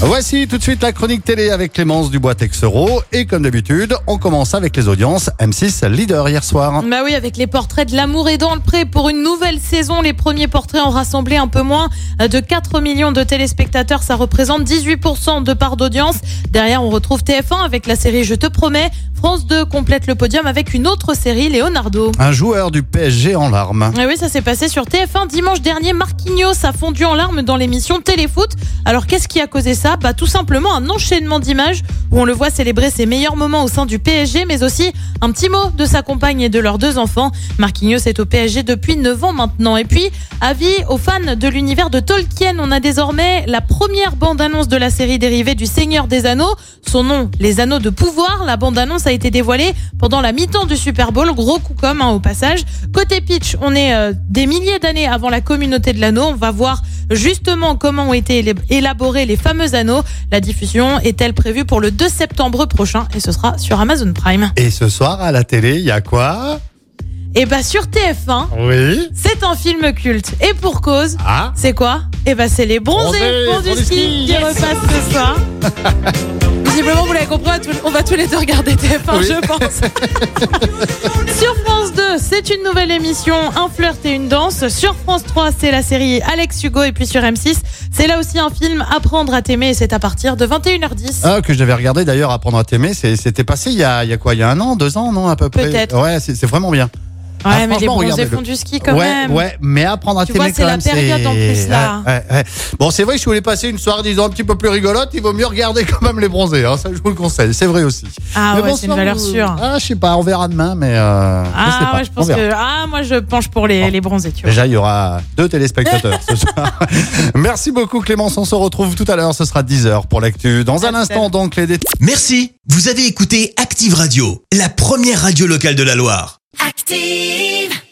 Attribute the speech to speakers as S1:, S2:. S1: Voici tout de suite la chronique télé avec Clémence Dubois-Texereau. Et comme d'habitude, on commence avec les audiences. M6 leader hier soir.
S2: Bah oui, avec les portraits de l'amour et dans le pré pour une nouvelle saison, les premiers portraits ont rassemblé un peu moins euh, de 4 millions de téléspectateurs. Ça représente 18% de part d'audience. Derrière, on retrouve TF1 avec la série Je te promets. France 2 complète le podium avec une autre série, Leonardo.
S1: Un joueur du PSG en larmes.
S2: Et Eh oui, ça s'est passé sur TF1 dimanche dernier. Marquinhos a fondu en larmes dans l'émission Téléfoot. Alors qu'est-ce qui a causé ça Bah tout simplement un enchaînement d'images où on le voit célébrer ses meilleurs moments au sein du PSG, mais aussi un petit mot de sa compagne et de leurs deux enfants. Marquinhos est au PSG depuis 9 ans maintenant. Et puis, avis aux fans de l'univers de Tolkien, on a désormais la première bande-annonce de la série dérivée du Seigneur des Anneaux. Son nom, Les Anneaux de Pouvoir. La bande-annonce a été dévoilée pendant la mi-temps du Super Bowl. Gros coup comme hein, au passage. Côté pitch, on est euh, des milliers d'années avant la communauté de l'anneau. On va voir justement comment ont été élab- élaborés les fameux anneaux. La diffusion est-elle prévue pour le 2 septembre prochain et ce sera sur Amazon Prime.
S1: Et ce soir, à la télé, il y a quoi
S2: Et bah sur TF1,
S1: Oui.
S2: c'est un film culte. Et pour cause,
S1: Ah
S2: c'est quoi Eh bah c'est les bronzés,
S1: Bronzés,
S2: pour du
S1: pour du
S2: ski
S1: ski,
S2: qui
S1: yes.
S2: repassent ce soir. Visiblement, vous l'avez compris, on va tous- on va tous les deux regarder TF1,
S1: Oui.
S2: je pense. Sur France 2, c'est une nouvelle émission, un flirt et une danse. Sur France 3, c'est la série Alex Hugo. Et puis sur M6, c'est là aussi un film, Apprendre à t'aimer. Et c'est à partir de 21h10.
S1: Ah, que j'avais regardé d'ailleurs, Apprendre à t'aimer, c'est- c'était passé il y, a, il y a quoi Il y a un an, deux ans, non, à peu près
S2: Peut-être.
S1: Ouais, c'est c'est vraiment bien.
S2: ouais,
S1: ah,
S2: mais les
S1: franchement,
S2: bronzés
S1: regardez-le.
S2: font du ski quand
S1: ouais,
S2: même.
S1: ouais, mais Apprendre à
S2: Tu
S1: t'aimer
S2: vois, c'est
S1: quand
S2: la
S1: même,
S2: période en plus, là.
S1: Ouais, ouais, ouais. Bon, c'est vrai que si vous voulez passer une soirée, disons, un petit peu plus rigolote, il vaut mieux regarder quand même les bronzés. hein, ça, je vous le conseille. C'est vrai aussi.
S2: Ah
S1: Mais bon,
S2: ouais, c'est une
S1: sinon,
S2: valeur
S1: vous-
S2: sûre.
S1: Ah, je sais pas, on verra demain, mais. euh, je sais
S2: Ah,
S1: pas,
S2: ouais, je
S1: on
S2: pense
S1: verra.
S2: que. Ah, moi, je penche pour les, les bronzés, tu vois.
S1: Déjà, il y aura deux téléspectateurs ce soir. Merci beaucoup, Clémence. On se retrouve tout à l'heure. Ce sera 10h pour l'actu. Dans un
S2: À tout à
S1: instant, donc, les détails.
S3: Merci, vous avez écouté Active Radio, la première radio locale de la Loire.
S4: Active.